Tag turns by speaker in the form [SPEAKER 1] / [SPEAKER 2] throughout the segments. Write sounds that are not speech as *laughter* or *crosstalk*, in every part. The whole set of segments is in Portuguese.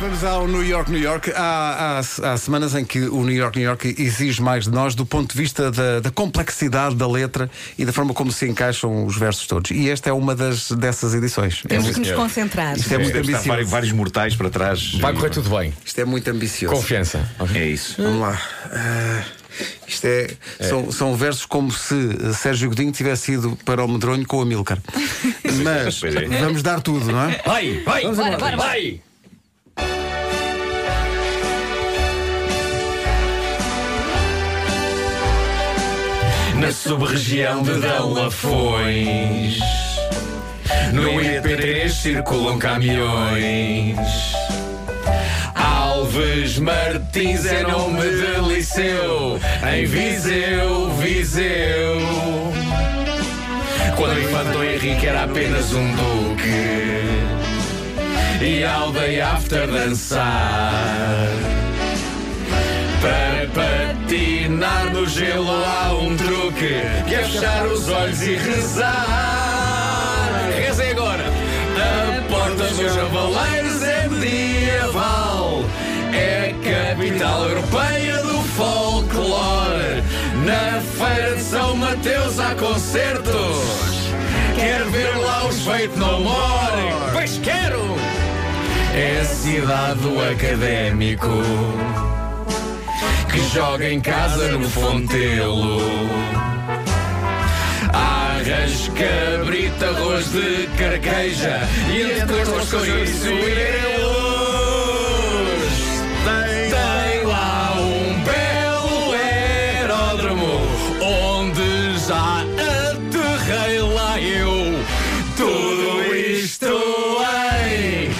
[SPEAKER 1] Vamos ao New York, New York. Há, há- há semanas em que o New York, New York exige mais de nós do ponto de vista da, da complexidade da letra e da forma como se encaixam os versos todos. E esta é uma das, dessas edições. É
[SPEAKER 2] Temos que
[SPEAKER 1] muito-
[SPEAKER 2] nos concentrar.
[SPEAKER 1] isto é muito
[SPEAKER 3] Deve estar vários,
[SPEAKER 1] ambicioso.
[SPEAKER 3] vários mortais para trás.
[SPEAKER 4] Vai correr tudo bem.
[SPEAKER 1] Isto é muito ambicioso.
[SPEAKER 4] Confiança.
[SPEAKER 3] É isso.
[SPEAKER 1] Vamos lá. Ah, isto é, São, são versos como se eh, Sérgio Godinho tivesse ido para o Medronho com o Amilcar. Mas
[SPEAKER 3] Pois é.
[SPEAKER 1] vamos dar tudo, não é?
[SPEAKER 4] Vai, vai,
[SPEAKER 1] Vamos
[SPEAKER 2] embora. bora, bora.
[SPEAKER 4] vai.
[SPEAKER 3] Na sub-região de Dão Afões, no IP3 circulam caminhões.
[SPEAKER 4] Alves Martins é nome de liceu. Em Viseu, Viseu. Quando o infante Dom Henrique era apenas um duque. E a aldeia after dançar. Para patinar no gelo há um truque Que é fechar os olhos e rezar Rezem agora A porta dos javaleiros é medieval É a capital europeia do folclore Na feira de São Mateus há concertos Quero ver lá os feitos no more Pois quero É a cidade do académico que joga em casa no Fontelo. Arras, cabrita, arroz de carqueja e entre os com eles tem, tem lá um belo aeródromo onde já aterrei lá eu. Tudo isto em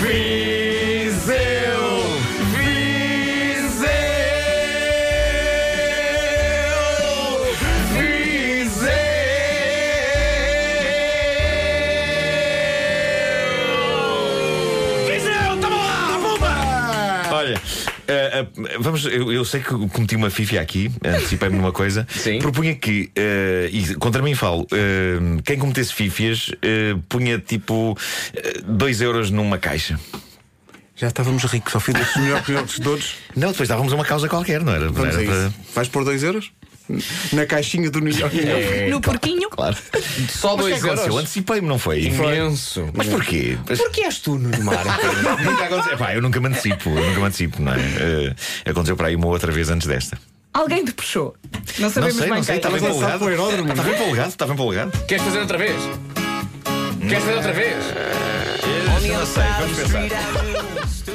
[SPEAKER 4] Viseu, Viseu, Viseu. Viseu, tamo lá, bomba!
[SPEAKER 3] Olha. eh, eh, vamos, eu, eu sei que cometi uma fifia aqui, antecipei-me numa coisa.
[SPEAKER 4] Sim.
[SPEAKER 3] Propunha que, eh, e contra mim falo, eh, quem cometesse fifias eh, punha tipo 2 euros numa caixa.
[SPEAKER 1] Já estávamos ricos ao fim destes New York, New York todos.
[SPEAKER 3] Não, depois dávamos a uma causa qualquer, não era?
[SPEAKER 1] Vamos
[SPEAKER 3] não
[SPEAKER 1] a
[SPEAKER 3] era
[SPEAKER 1] isso. Vais pôr 2 euros? Na caixinha do New *laughs* York, New York.
[SPEAKER 2] No porquinho.
[SPEAKER 3] é Claro.
[SPEAKER 4] Só
[SPEAKER 3] Mas
[SPEAKER 4] dois
[SPEAKER 3] o que é que aconteceu?
[SPEAKER 4] euros.
[SPEAKER 3] Antecipei-me, não foi?
[SPEAKER 4] Imenso.
[SPEAKER 3] Mas porquê? Mas-
[SPEAKER 4] Porquê és tu, Nuno
[SPEAKER 3] *laughs*
[SPEAKER 4] Mar?
[SPEAKER 3] Nunca aconteceu. Pá, eu nunca me antecipo, eu nunca me antecipo, não é? Eh, aconteceu para aí uma outra vez antes desta.
[SPEAKER 2] Alguém te puxou. Não
[SPEAKER 3] Não
[SPEAKER 2] sabemos
[SPEAKER 3] sei, não
[SPEAKER 2] bem
[SPEAKER 3] sei,
[SPEAKER 2] quem. é.
[SPEAKER 3] estava
[SPEAKER 1] Mas lançado
[SPEAKER 3] empolgado.
[SPEAKER 1] para o aeródromo. é?
[SPEAKER 3] Estava empolgado, estava empolgado.
[SPEAKER 4] Queres fazer outra vez? Queres fazer outra vez?
[SPEAKER 3] Eu não sei, vamos pensar.